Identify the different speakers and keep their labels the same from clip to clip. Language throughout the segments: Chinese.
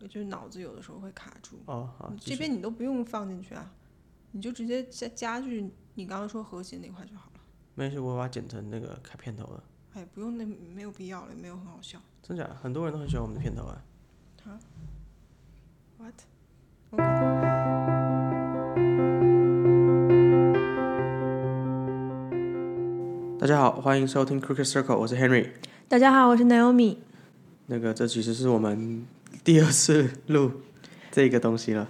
Speaker 1: 也就是脑子有的时候会卡住。嗯
Speaker 2: 哦，
Speaker 3: 啊
Speaker 2: 好，继
Speaker 1: 这
Speaker 2: 续
Speaker 1: 边你都不用放进去啊，你就直接加加句你刚刚说和谐那块就好了，
Speaker 2: 没事，我把它剪成那个开片头了。
Speaker 1: 哎，不用那没有必要了，也没有很好笑。
Speaker 2: 真假？很多人都很喜欢我们的片头啊。
Speaker 1: What? OK，
Speaker 2: 大家好，欢迎收听 Crooked Circle，我是 Henry。
Speaker 3: 大家好，我是 Naomi。
Speaker 2: 那个，这其实是我们第二次录这个东西了。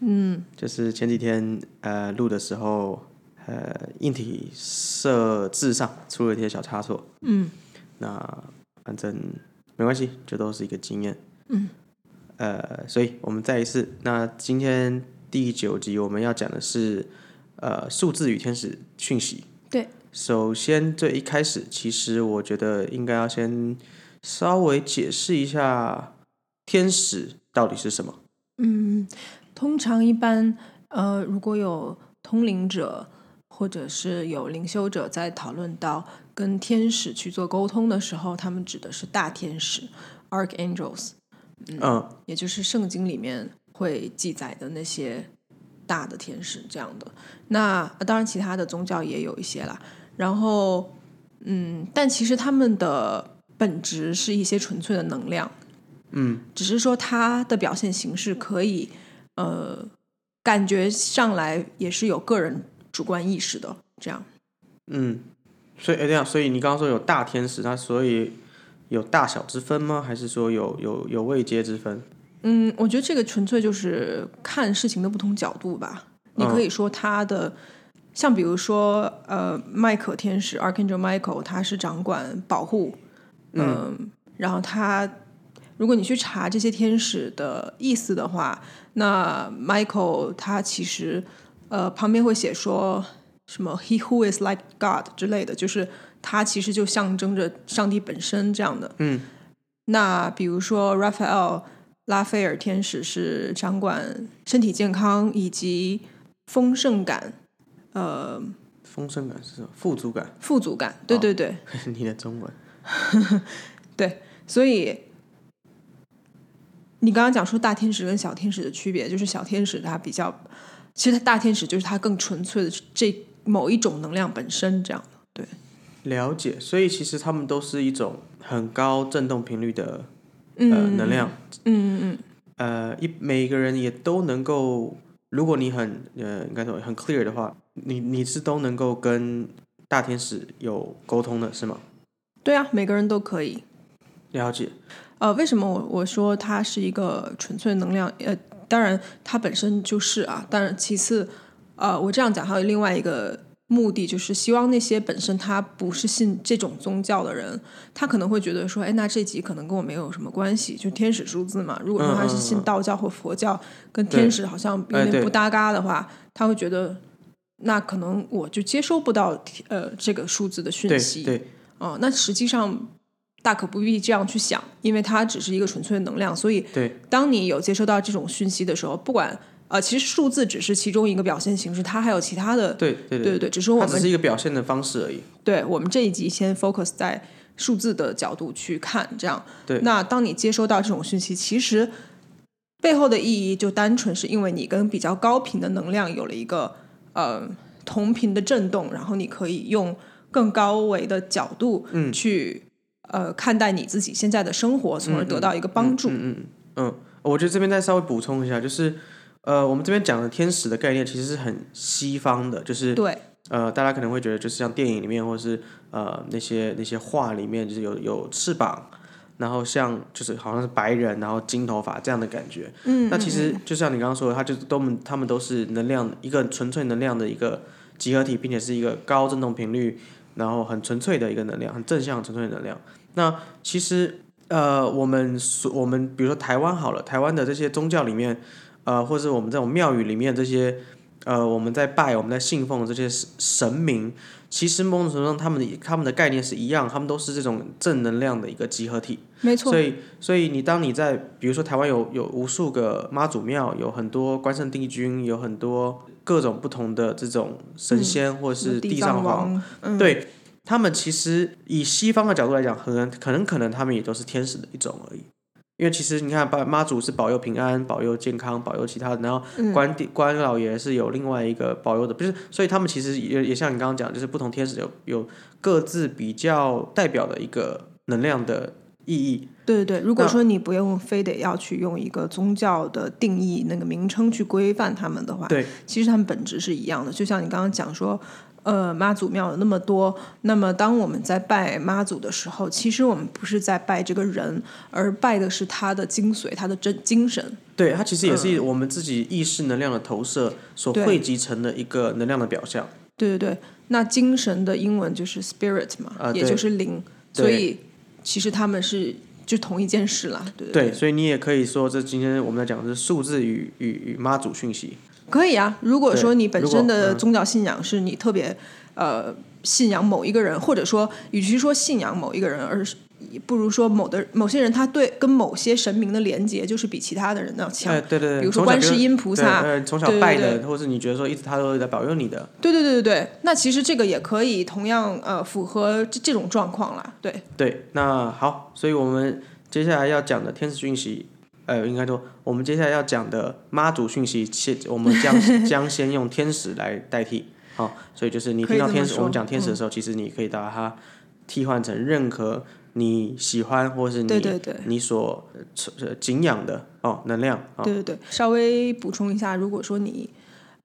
Speaker 2: 嗯，就是前几天呃录的时候，呃硬体设置上出了一些小差错。嗯，那反正没关系，这都是一个经验。嗯，呃，所以我们再一次，那今天第九集我们要讲的是呃数字与天使讯息。
Speaker 3: 对，
Speaker 2: 首先最一开始，其实我觉得应该要先。稍微解释一下天使到底是什么？
Speaker 3: 嗯，通常一般呃，如果有通灵者或者是有灵修者在讨论到跟天使去做沟通的时候，他们指的是大天使 （archangels），
Speaker 2: 嗯，
Speaker 3: 也就是圣经里面会记载的那些大的天使这样的。那呃当然，其他的宗教也有一些啦。然后，嗯，但其实他们的本质是一些纯粹的能量。嗯，只是说它的表现形式可以，呃，感觉上来也是有个人主观意识的。这样，
Speaker 2: 嗯，所以哎，这样，所以你刚刚说有大天使，那所以有大小之分吗？还是说有有有位阶之分？
Speaker 3: 嗯，我觉得这个纯粹就是看事情的不同角度吧。你可以说他的，像比如说，呃，迈克天使 Archangel Michael，他是掌管保护，嗯，然后他，如果你去查这些天使的意思的话，那 Michael 他其实，呃，旁边会写说什么 He who is like God 之类的，就是他其实就象征着上帝本身这样的。
Speaker 2: 嗯，
Speaker 3: 那比如说 Raphael 拉斐尔天使是掌管身体健康以及丰盛感、呃
Speaker 2: 丰盛感是什么？富足感？
Speaker 3: 富足感。
Speaker 2: 哦
Speaker 3: 对对对，
Speaker 2: 你的中文？
Speaker 3: 所以你刚刚讲说大天使跟小天使的区别，就是小天使它比较，其实它大天使就是它更纯粹的这某一种能量本身这样。
Speaker 2: 了解。所以其实他们都是一种很高振动频率的呃能量。
Speaker 3: 嗯嗯
Speaker 2: 呃，一每个人也都能够，如果你很呃，应该说很 clear 的话，你你是都能够跟大天使有沟通的，是吗？
Speaker 3: 嗯，对啊，每个人都可以。
Speaker 2: 了解，
Speaker 3: 呃，为什么我我说它是一个纯粹能量？呃，当然它本身就是啊，当然其次，呃，我这样讲还有另外一个目的，就是希望那些本身他不是信这种宗教的人，他可能会觉得说，哎，那这集可能跟我没有什么关系，就天使数字嘛。如果说他是
Speaker 2: 嗯嗯
Speaker 3: 信
Speaker 2: 嗯
Speaker 3: 道教或佛教，跟
Speaker 2: 对
Speaker 3: 天使好像
Speaker 2: 哎
Speaker 3: 有
Speaker 2: 对
Speaker 3: 点不搭嘎的话，他会觉得。那可能我就接收不到呃这个数字的讯
Speaker 2: 对
Speaker 3: 息，
Speaker 2: 对，
Speaker 3: 哦，那实际上大可不必这样去想，因为它只是一个纯粹的能量，所以
Speaker 2: 对
Speaker 3: 当你有接收到这种讯息的时候，不管呃，其实数字只是其中一个表现形式，它还有其他的，
Speaker 2: 对对
Speaker 3: 对对对，只是我
Speaker 2: 它只是
Speaker 3: 们
Speaker 2: 一个表现的方式而已。
Speaker 3: 对我们这一集先 focus 在数字的角度去看，这样
Speaker 2: 对
Speaker 3: 那当你接收到这种讯息，其实背后的意义就单纯是因为你跟比较高频的能量有了一个呃同频的震动，然后你可以用更高维的角度
Speaker 2: 嗯
Speaker 3: 去、呃看待你自己现在的生活，从而得到一个帮助。
Speaker 2: 嗯嗯嗯嗯，我觉得这边再稍微补充一下，就是呃，我们这边讲的天使的概念其实是很西方的，就是
Speaker 3: 对，
Speaker 2: 呃，大家可能会觉得就是像电影里面，或是呃那些那些画里面，就是有有翅膀，然后像就是好像是白人，然后金头发这样的感觉。
Speaker 3: 嗯，
Speaker 2: 那其实就像你刚刚说的，它就是都们他们都是能量一个纯粹能量的一个集合体，并且是一个高振动频率，然后很纯粹的一个能量，很正向的纯粹的能量。那其实呃，我们所我们比如说台湾好了，台湾的这些宗教里面，呃，或是我们这种庙宇里面这些。呃，我们在拜、我们在信奉的这些神神明，其实某种程度上，他们的他们的概念是一样，他们都是这种正能量的一个集合体。
Speaker 3: 没错
Speaker 2: 所，以，所以你当你在比如说台湾有有无数个妈祖庙，有很多关圣帝君，有很多各种不同的这种神
Speaker 3: 嗯
Speaker 2: 仙、或是地
Speaker 3: 藏
Speaker 2: 藏
Speaker 3: 王，嗯，
Speaker 2: 对他们其实以西方的角度来讲，可能可能可能他们也都是天使的一种而已。因为其实你看，把妈祖是保佑平安、保佑健康、保佑其他的，然后
Speaker 3: 嗯
Speaker 2: 关帝、关老爷是有另外一个保佑的，不是？所以他们其实也也像你刚刚讲，就是不同天使有有各自比较代表的一个能量的意义。
Speaker 3: 对对对，
Speaker 2: 嗯
Speaker 3: 如果说你不用非得要去用一个宗教的定义那个名称去规范他们的话，
Speaker 2: 对，
Speaker 3: 其实他们本质是一样的。就像你刚刚讲说，呃，妈祖庙有那么多，那么当我们在拜妈祖的时候，其实我们不是在拜这个人，而拜的是他的精髓，他的真精神。
Speaker 2: 对，它其实也是我们自己意识能量的投射所
Speaker 3: 嗯对
Speaker 2: 汇集成的一个能量的表象。
Speaker 3: 对对对，那精神的英文就是 spirit 嘛，
Speaker 2: 啊
Speaker 3: 也
Speaker 2: 对
Speaker 3: 就是灵，
Speaker 2: 对
Speaker 3: 所以其实他们是就同一件事啦。对对
Speaker 2: 对，所以你也可以说，这今天我们在讲的是数字与与与妈祖讯息。
Speaker 3: 可以啊，如果
Speaker 2: 对
Speaker 3: 说你本
Speaker 2: 如果
Speaker 3: 身的
Speaker 2: 嗯
Speaker 3: 宗教信仰是你特别呃信仰某一个人，或者说与其说信仰某一个人，而是不如说某的某些人他对跟某些神明的连接就是比其他的人要强。
Speaker 2: 哎，对对对，
Speaker 3: 比如说
Speaker 2: 从小
Speaker 3: 观世音菩萨
Speaker 2: 对呃从小
Speaker 3: 对对
Speaker 2: 拜
Speaker 3: 对
Speaker 2: 的，或是你觉得说一直他都在保佑你的，
Speaker 3: 对对对对对，那其实这个也可以同样呃符合这这种状况啦。对，
Speaker 2: 对，那好，所以我们接下来要讲的天使讯息，呃，应该说我们接下来要讲的妈祖讯息，先我们 将将先用天使来代替。好，所以就是你
Speaker 3: 可以
Speaker 2: 听
Speaker 3: 这
Speaker 2: 到
Speaker 3: 么
Speaker 2: 天使，我
Speaker 3: 说嗯
Speaker 2: 们讲天使的时候，其实你可以把它替换成任何你喜欢或是你
Speaker 3: 对对对
Speaker 2: 你所呃呃敬仰的哦能量哦，
Speaker 3: 对对对，稍微补充一下，如果说你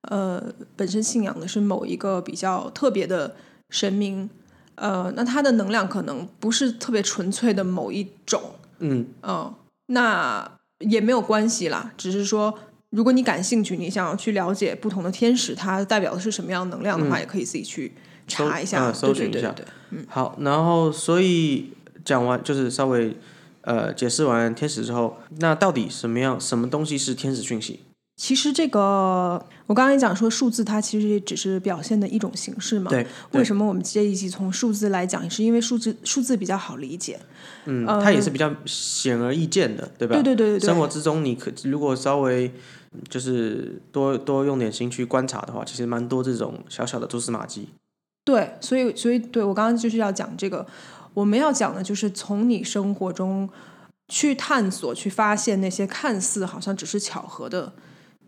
Speaker 3: 呃本身信仰的是某一个比较特别的神明，呃，那它的能量可能不是特别纯粹的某一种，
Speaker 2: 嗯，
Speaker 3: 嗯、那也没有关系啦，只是说。如果你感兴趣，你想要去了解不同的天使，它代表的是什么样的能量的话，也可以自己去
Speaker 2: 嗯搜
Speaker 3: 查一下，
Speaker 2: 嗯搜寻一
Speaker 3: 对对
Speaker 2: 下
Speaker 3: 对对对
Speaker 2: 好，然后所以讲完就是稍微呃解释完天使之后，那到底什么样什么东西是天使讯息？
Speaker 3: 其实这个，我刚才讲说数字，它其实也只是表现的一种形式嘛。
Speaker 2: 对，
Speaker 3: 为
Speaker 2: 啊对
Speaker 3: 什么我们这一期从数字来讲，是因为数字数字比较好理解。
Speaker 2: 嗯，它也是比较显而易见的，对吧？
Speaker 3: 呃对对对对对
Speaker 2: 生活之中，你可如果稍微就是多多用点心去观察的话，其实蛮多这种小小的蛛丝马迹。
Speaker 3: 对，所以所以对我刚刚就是要讲这个，我们要讲的就是从你生活中去探索、去发现那些看似好像只是巧合的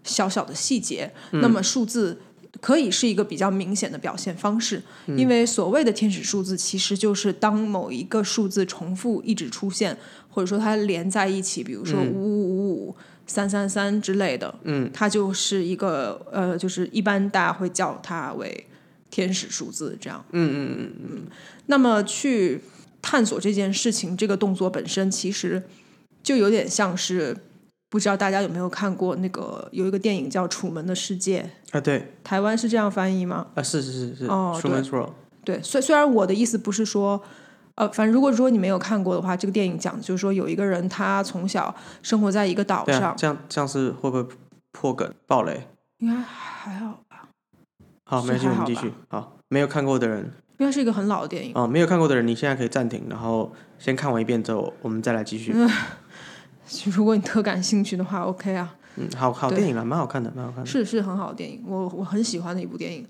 Speaker 3: 小小的细节。那么数字可以是一个比较明显的表现方式，因为所谓的天使数字，其实就是当某一个数字重复一直出现，或者说它连在一起，比如说五五五五。三三三之类的，嗯，它就是一个呃，就是一般大家会叫它为天使数字这样。嗯嗯嗯嗯。那么去探索这件事情，这个动作本身其实就有点像是，不知道大家有没有看过那个有一个电影叫《楚门的世界
Speaker 2: 啊，对》，，
Speaker 3: 台湾是这样翻译吗？
Speaker 2: 啊，是是是是、
Speaker 3: 哦
Speaker 2: t r u m a n s World，
Speaker 3: 对，虽虽然我的意思不是说。呃，反正如果说你没有看过的话，这个电影讲的就是说有一个人他从小生活在一个岛
Speaker 2: 对
Speaker 3: 上，
Speaker 2: 啊，这样这样是会不会破梗爆雷？
Speaker 3: 应该还好吧，
Speaker 2: 好，没
Speaker 3: 是
Speaker 2: 关系，
Speaker 3: 还
Speaker 2: 我们
Speaker 3: 好
Speaker 2: 继
Speaker 3: 吧
Speaker 2: 续。好，没有看过的人
Speaker 3: 应该是一个很老的电影。
Speaker 2: 啊、没有看过的人，你现在可以暂停，然后先看完一遍之后，我们再来继续。嗯，
Speaker 3: 如果你特感兴趣的话，OK 啊。
Speaker 2: 嗯好好
Speaker 3: 对
Speaker 2: 电影了，蛮好看的，蛮好看的。
Speaker 3: 是是很好的电影，我我很喜欢的一部电影。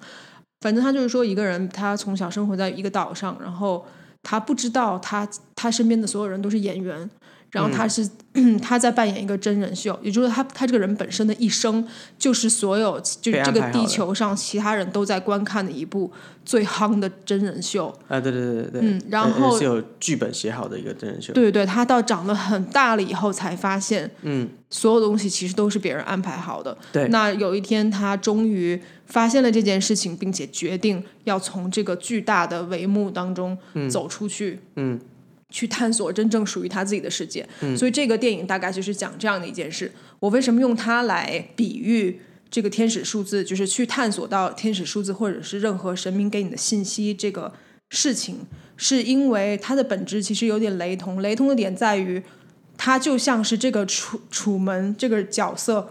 Speaker 3: 反正他就是说，一个人他从小生活在一个岛上，然后他不知道他他身边的所有人都是演员，然后他
Speaker 2: 嗯
Speaker 3: 是、 他在扮演一个真人秀，也就是他他这个人本身的一生就是所有就
Speaker 2: 被
Speaker 3: 这
Speaker 2: 安
Speaker 3: 个
Speaker 2: 排好
Speaker 3: 地
Speaker 2: 的
Speaker 3: 球上其他人都在观看的一部最夯的真人秀。
Speaker 2: 啊，对对对对对，
Speaker 3: 嗯然
Speaker 2: 呃
Speaker 3: 后
Speaker 2: 是有剧本写好的一个真人秀。
Speaker 3: 对对，他到长得很大了以后才发现，
Speaker 2: 嗯，
Speaker 3: 所有东西其实都是别人安排好的。
Speaker 2: 对
Speaker 3: 那有一天他终于发现了这件事情，并且决定要从这个巨大的帷幕当中走出去，
Speaker 2: 嗯
Speaker 3: 去探索真正属于他自己的世界。所以这个电影大概就是讲这样的一件事。我为什么用它来比喻？这个天使数字就是去探索到天使数字，或者是任何神明给你的信息这个事情，是因为它的本质其实有点雷同。雷同的点在于，它就像是这个楚楚门这个角色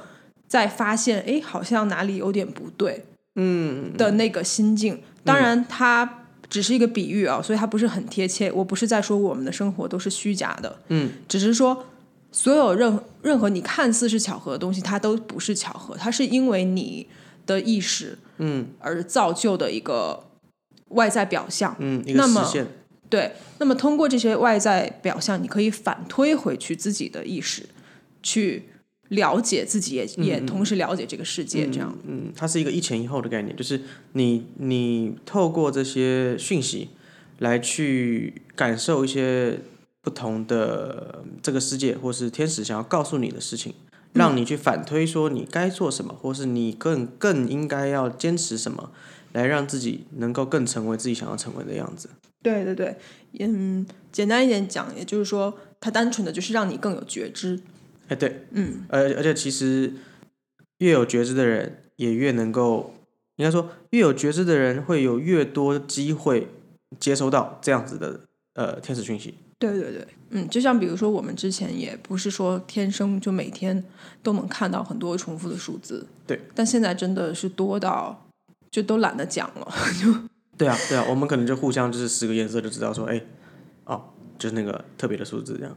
Speaker 3: 在发现，哎，好像哪里有点不对，嗯的那个心境。当然，它只是一个比喻啊，所以它不是很贴切。我不是在说我们的生活都是虚假的，
Speaker 2: 嗯，
Speaker 3: 只是说所有任任何你看似是巧合的东西，它都不是巧合，它是因为你的意识
Speaker 2: 嗯
Speaker 3: 而造就的一个外在表象。
Speaker 2: 嗯，一
Speaker 3: 那
Speaker 2: 个
Speaker 3: 么
Speaker 2: 实现。
Speaker 3: 对，那么通过这些外在表象，你可以反推回去自己的意识，去了解自己也，也、同时了解这个世界。这样，
Speaker 2: 嗯，它是一个一前一后的概念，就是你你透过这些讯息来去感受一些不同的嗯这个世界，或是天使想要告诉你的事情，让你去反推说你该做什么，或是你更更应该要坚持什么，来让自己能够更成为自己想要成为的样子。
Speaker 3: 对对对，嗯，简单一点讲，也就是说，它单纯的就是让你更有觉知。
Speaker 2: 哎，对，
Speaker 3: 嗯，
Speaker 2: 而而且其实越有觉知的人，也越能够，应该说越有觉知的人会有越多机会接收到这样子的呃天使讯息。
Speaker 3: 对对对，嗯，就像比如说，我们之前也不是说天生就每天都能看到很多重复的数字，
Speaker 2: 对，
Speaker 3: 但现在真的是多到就都懒得讲了。
Speaker 2: 对啊，对啊，我们可能就互相就是十个颜色就知道说，哎，哦，就是那个特别的数字这样。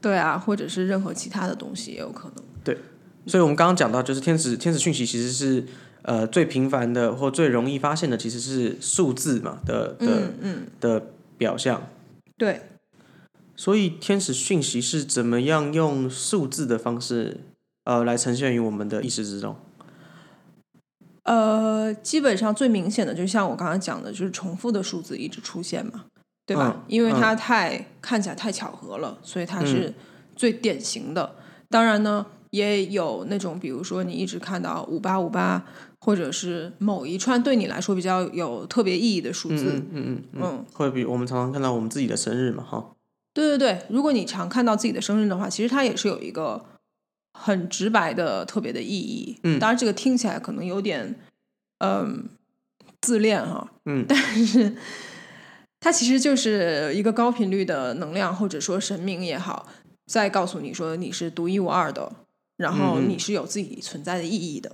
Speaker 3: 对啊，或者是任何其他的东西也有可能。
Speaker 2: 所以我们刚刚讲到，就是天使天使讯息其实是呃最频繁的或最容易发现的其实是数字嘛的的、
Speaker 3: 嗯嗯，
Speaker 2: 的表象。
Speaker 3: 对，
Speaker 2: 所以天使讯息是怎么样用数字的方式，呃，来呈现于我们的意识之中？
Speaker 3: 呃，基本上最明显的，就像我刚刚讲的，就是重复的数字一直出现嘛，对吧？
Speaker 2: 嗯
Speaker 3: 因为它太、看起来太巧合了，所以它是最典型的。当然呢，也有那种，比如说你一直看到五八五八，或者是某一串对你来说比较有特别意义的数字。
Speaker 2: 嗯嗯嗯嗯
Speaker 3: 嗯，
Speaker 2: 会比我们常常看到我们自己的生日嘛，哈，
Speaker 3: 对对对，如果你常看到自己的生日的话，其实它也是有一个很直白的特别的意义。
Speaker 2: 嗯
Speaker 3: 当然这个听起来可能有点嗯自恋哈，
Speaker 2: 嗯
Speaker 3: 但是 它其实就是一个高频率的能量，或者说神明也好，在告诉你说你是独一无二的，然后
Speaker 2: 嗯嗯
Speaker 3: 你是有自己存在的意义的。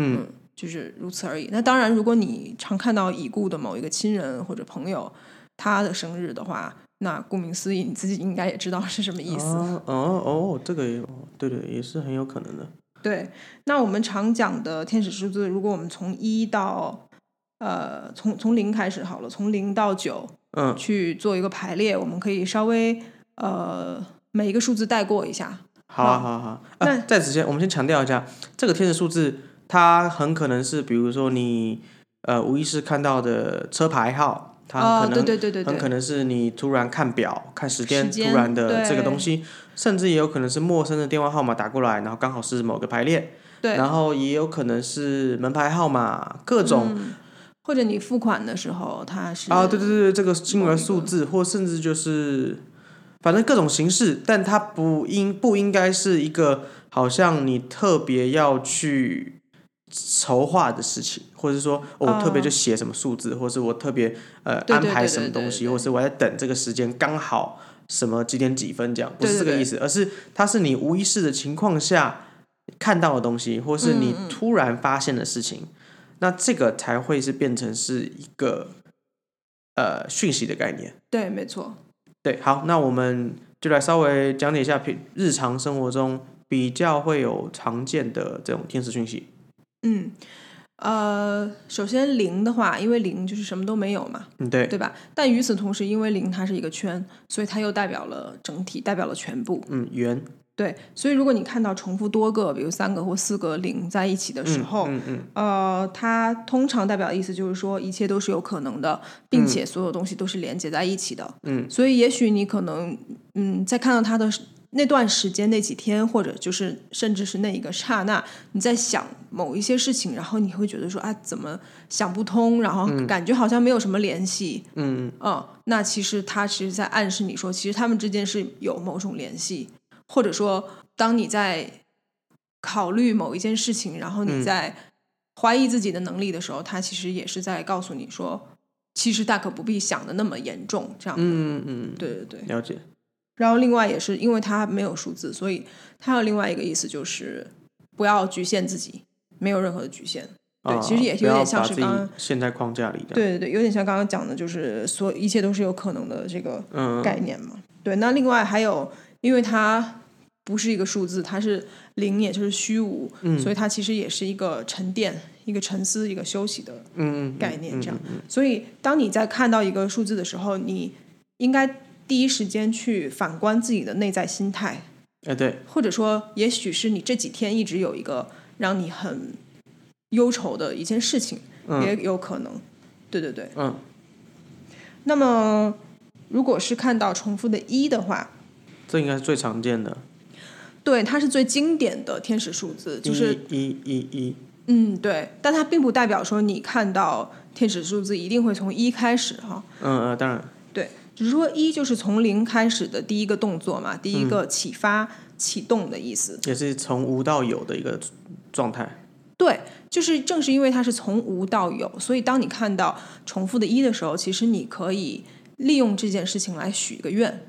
Speaker 2: 嗯
Speaker 3: 就是如此而已。那当然，如果你常看到已故的某一个亲人或者朋友他的生日的话，那顾名思义，你自己应该也知道是什么意思。
Speaker 2: 啊哦哦，这个也哦对对，也是很有可能的。
Speaker 3: 对，那我们常讲的天使数字，如果我们从一到呃，从从零开始好了，从零到九
Speaker 2: 嗯
Speaker 3: 去做一个排列，我们可以稍微呃每一个数字带过一下。
Speaker 2: 好啊，
Speaker 3: 好
Speaker 2: 好啊好啊。
Speaker 3: 那
Speaker 2: 啊，在此先，我们先强调一下，这个天使数字，它很可能是，比如说你呃无意识看到的车牌号，它
Speaker 3: 哦，
Speaker 2: 啊可能、
Speaker 3: 对对对对
Speaker 2: 很可
Speaker 3: 对，
Speaker 2: 能是你突然看表、看时间，
Speaker 3: 时间
Speaker 2: 突然的这个
Speaker 3: 对
Speaker 2: 东西，甚至也有可能是陌生的电话号码打过来，然后刚好是某个排列，
Speaker 3: 对
Speaker 2: 然后也有可能是门牌号码，各
Speaker 3: 嗯
Speaker 2: 种、
Speaker 3: 或者你付款的时候，它是
Speaker 2: 啊，对对对，这个金
Speaker 3: 某一
Speaker 2: 额
Speaker 3: 个
Speaker 2: 数字，或甚至就是反正各种形式，但它不应不应该是一个好像你特别要去。筹划的事情，或者是说、哦我特别
Speaker 3: 哦
Speaker 2: 就写什么数字，或是我特别呃
Speaker 3: 对
Speaker 2: 安
Speaker 3: 对
Speaker 2: 排
Speaker 3: 对
Speaker 2: 什么
Speaker 3: 对
Speaker 2: 东
Speaker 3: 对
Speaker 2: 西，
Speaker 3: 对
Speaker 2: 或是我在等这个时间刚好什么几点几分这样，不是
Speaker 3: 对
Speaker 2: 这
Speaker 3: 对
Speaker 2: 个
Speaker 3: 对
Speaker 2: 意思，而是它是你无意识的情况下看到的东西，或
Speaker 3: 嗯
Speaker 2: 是你突然发现的事情，那这个才会是变成是一个呃讯息的概念。
Speaker 3: 对，没错。
Speaker 2: 对，好，那我们就来稍微讲解一下平日常生活中比较会有常见的这种天使讯息。
Speaker 3: 嗯，呃，首先零的话，因为零就是什么都没有嘛，
Speaker 2: 嗯，对，
Speaker 3: 对吧？但与此同时，因为零它是一个圈，所以它又代表了整体，代表了全部。
Speaker 2: 嗯，圆，
Speaker 3: 对，所以如果你看到重复多个，比如三个或四个零在一起的时
Speaker 2: 嗯
Speaker 3: 候，
Speaker 2: 嗯嗯，
Speaker 3: 呃，它通常代表的意思就是说一切都是有可能的，并且所有东西都是连接在一起的。
Speaker 2: 嗯，
Speaker 3: 所以也许你可能，嗯，在看到它的时那段时间、那几天，或者就是甚至是那一个刹那，你在想某一些事情，然后你会觉得说啊，怎么想不通，然后感觉好像没有什么联系。
Speaker 2: 嗯
Speaker 3: 嗯，那其实它其实在暗示你说，其实他们之间是有某种联系，或者说，当你在考虑某一件事情，然后
Speaker 2: 嗯
Speaker 3: 你在怀疑自己的能力的时候，它其实也是在告诉你说，其实大可不必想的那么严重，这样。
Speaker 2: 嗯嗯嗯，
Speaker 3: 对对对。
Speaker 2: 了解。
Speaker 3: 然后另外也是因为它没有数字，所以它有另外一个意思就是不要局限自己，没有任何的局限。对
Speaker 2: 啊
Speaker 3: 其实也
Speaker 2: 不
Speaker 3: 有点
Speaker 2: 要
Speaker 3: 像
Speaker 2: 把
Speaker 3: 是
Speaker 2: 自己
Speaker 3: 刚刚
Speaker 2: 陷在框架里的。，
Speaker 3: 对对对，有点像刚刚讲的，就是所一切都是有可能的这个
Speaker 2: 嗯，
Speaker 3: 概念嘛。对，那另外还有，因为它不是一个数字，它是零，也就是虚无，
Speaker 2: 嗯
Speaker 3: 所以它其实也是一个沉淀、一个沉思、一个休息的
Speaker 2: 嗯嗯嗯
Speaker 3: 概念。这样，
Speaker 2: 嗯嗯
Speaker 3: 所以当你在看到一个数字的时候，你应该第一时间去反观自己的内在心态，
Speaker 2: 哎，对，
Speaker 3: 或者说，也许是你这几天一直有一个让你很忧愁的一件事情，也
Speaker 2: 嗯
Speaker 3: 有可能。对对对。
Speaker 2: 嗯，
Speaker 3: 那么，如果是看到重复的一的话，
Speaker 2: 这应该是最常见的，
Speaker 3: 对，它是最经典的天使数字，
Speaker 2: 嗯
Speaker 3: 就是
Speaker 2: 一一一一，
Speaker 3: 嗯，对，但它并不代表说你看到天使数字一定会从一开始哈，
Speaker 2: 嗯呃，当然，
Speaker 3: 对，只是说一就是从零开始的第一个动作嘛，第一个启发、启动的意思。
Speaker 2: 也是从无到有的一个状态，
Speaker 3: 对，就是正是因为它是从无到有，所以当你看到重复的一的时候，其实你可以利用这件事情来许一个愿。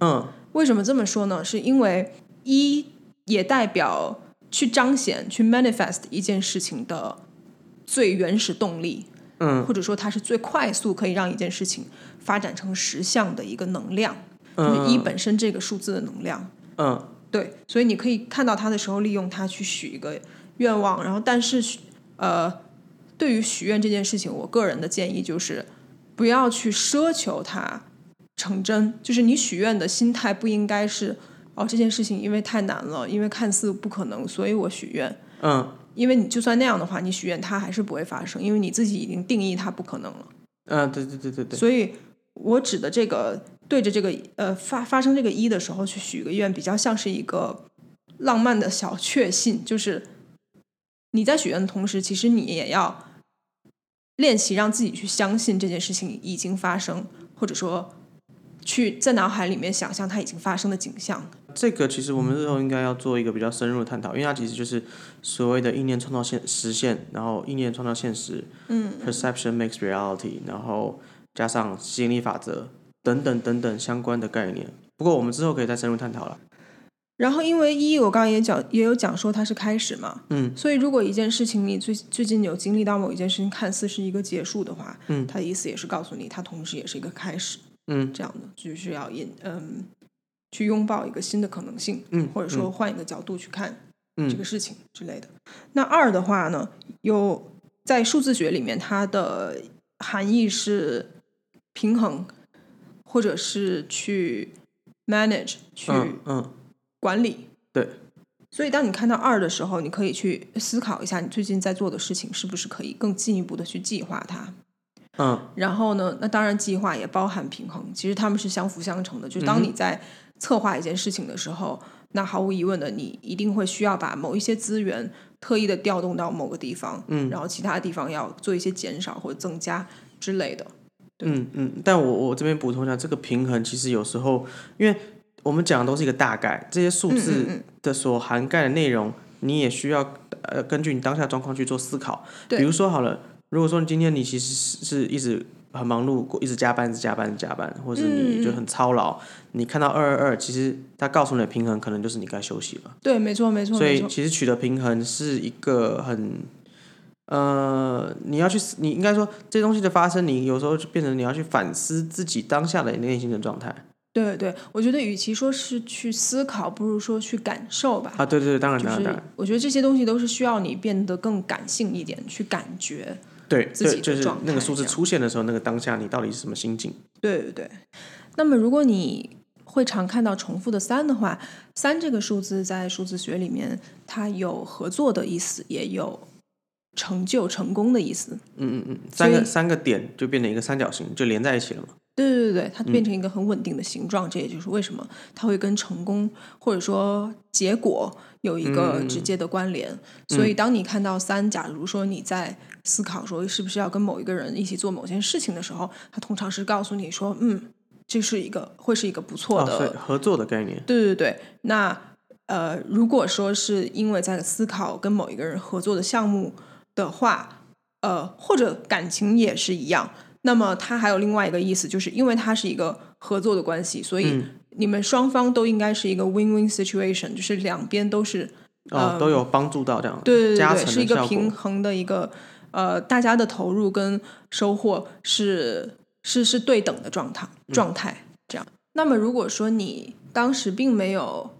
Speaker 2: 嗯
Speaker 3: 为什么这么说呢？是因为一也代表去彰显、去 manifest 一件事情的最原始动力。
Speaker 2: 嗯
Speaker 3: 或者说它是最快速可以让一件事情发展成实项的一个能量，就是一
Speaker 2: 嗯
Speaker 3: 本身这个数字的能量。
Speaker 2: 嗯，
Speaker 3: 对，所以你可以看到它的时候，利用它去许一个愿望。然后，但是许呃，对于许愿这件事情，我个人的建议就是不要去奢求它成真。就是你许愿的心态不应该是哦，这件事情因为太难了，因为看似不可能，所以我许愿。
Speaker 2: 嗯
Speaker 3: 因为你就算那样的话，你许愿它还是不会发生，因为你自己已经定义它不可能了。
Speaker 2: 嗯，对对对对对，
Speaker 3: 所以我指的这个对着这个呃发发生这个一的时候去许个愿，比较像是一个浪漫的小确幸，就是你在许愿的同时，其实你也要练习让自己去相信这件事情已经发生，或者说去在脑海里面想象它已经发生的景象。
Speaker 2: 这个其实我们日后应该要做一个比较深入的探讨，因为它其实就是所谓的意念创造现实现，然后意念创造现实，嗯，perception makes reality，然后加上吸引力法则等等等等相关的概念。不过我们之后可以再深入探讨了。
Speaker 3: 然后，因为一我刚刚也讲也有讲说它是开始嘛，
Speaker 2: 嗯，
Speaker 3: 所以如果一件事情你最最近有经历到某一件事情，看似是一个结束的话，
Speaker 2: 嗯
Speaker 3: 它的意思也是告诉你，它同时也是一个开始，
Speaker 2: 嗯
Speaker 3: 这样的就是要引嗯去拥抱一个新的可能性，
Speaker 2: 嗯，
Speaker 3: 或者说换一个角度去看
Speaker 2: 嗯，
Speaker 3: 这个事情之类的。那二的话呢，有在数字学里面，它的含义是平衡，或者是去 manage 去
Speaker 2: 嗯嗯
Speaker 3: 管理。
Speaker 2: 对。
Speaker 3: 所以，当你看到二的时候，你可以去思考一下，你最近在做的事情是不是可以更进一步的去计划它。
Speaker 2: 嗯
Speaker 3: 然后呢，那当然计划也包含平衡，其实它们是相辅相
Speaker 2: 嗯
Speaker 3: 成的。就是当你在策划一件事情的时候，那毫无疑问的，你一定会需要把某一些资源特意的调动到某个地方，
Speaker 2: 嗯
Speaker 3: 然后其他地方要做一些减少或者增加之类的。
Speaker 2: 嗯嗯，但我我这边补充一下，这个平衡其实有时候，因为我们讲的都是一个大概，这些数
Speaker 3: 嗯
Speaker 2: 字
Speaker 3: 嗯嗯
Speaker 2: 的所涵盖的内容，你也需要呃根据你当下状况去做思考。
Speaker 3: 对
Speaker 2: 比如说好了，如果说今天你其实是是一直很忙碌，一直加班，一直加班，一直加班，或者是你就
Speaker 3: 嗯
Speaker 2: 很操劳，你看到二二二，其实它告诉你的平衡可能就是你该休息了。
Speaker 3: 对，没错，没错，嗯
Speaker 2: 所
Speaker 3: 没
Speaker 2: 以
Speaker 3: 错。
Speaker 2: 其实取得平衡是一个很，呃，你要去思，你应该说这些东西的发生，你有时候就变成你要去反思自己当下的内心的状态
Speaker 3: 对对，我觉得与其说是去思考，不如说去感受吧。
Speaker 2: 啊。对对对，当然
Speaker 3: 就
Speaker 2: 当然当
Speaker 3: 是
Speaker 2: 然，
Speaker 3: 我觉得这些东西都是需要你变得更感性一点，去感觉。
Speaker 2: 对
Speaker 3: 自己的
Speaker 2: 对，就是
Speaker 3: 状态
Speaker 2: 那个数字
Speaker 3: 这样
Speaker 2: 出现的时候，那个当下你到底是什么心境？
Speaker 3: 对对对。那么，如果你会常看到重复的三的话，三这个数字在数字学里面，它有合作的意思，也有成就、成功的意思。
Speaker 2: 嗯嗯嗯，
Speaker 3: 所
Speaker 2: 三
Speaker 3: 以
Speaker 2: 个三个点就变成一个三角形，就连在一起了嘛。
Speaker 3: 对对对对，它变成一个很稳定的形状，这也就是为什么它会跟成功或者说结果有一个直接的关联。所以，当你看到三，假如说你在思考说是不是要跟某一个人一起做某件事情的时候，它通常是告诉你说，嗯，这是一个会是一个不错
Speaker 2: 哦，所以
Speaker 3: 的，
Speaker 2: 合作的概念。
Speaker 3: 对对对。那呃，如果说是因为在思考跟某一个人合作的项目的话，呃，或者感情也是一样。那么它还有另外一个意思，就是因为它是一个合作的关系，所以
Speaker 2: 嗯
Speaker 3: 你们双方都应该是一个 win-win situation，就是两边都是
Speaker 2: 哦，都有帮助到这样，
Speaker 3: 嗯对对
Speaker 2: 加
Speaker 3: 对，
Speaker 2: 成
Speaker 3: 是一
Speaker 2: 的
Speaker 3: 个
Speaker 2: 效
Speaker 3: 平
Speaker 2: 果。
Speaker 3: 衡的一个呃，大家的投入跟收获是是是对等的状态
Speaker 2: 嗯
Speaker 3: 状态、这样。那么如果说你当时并没有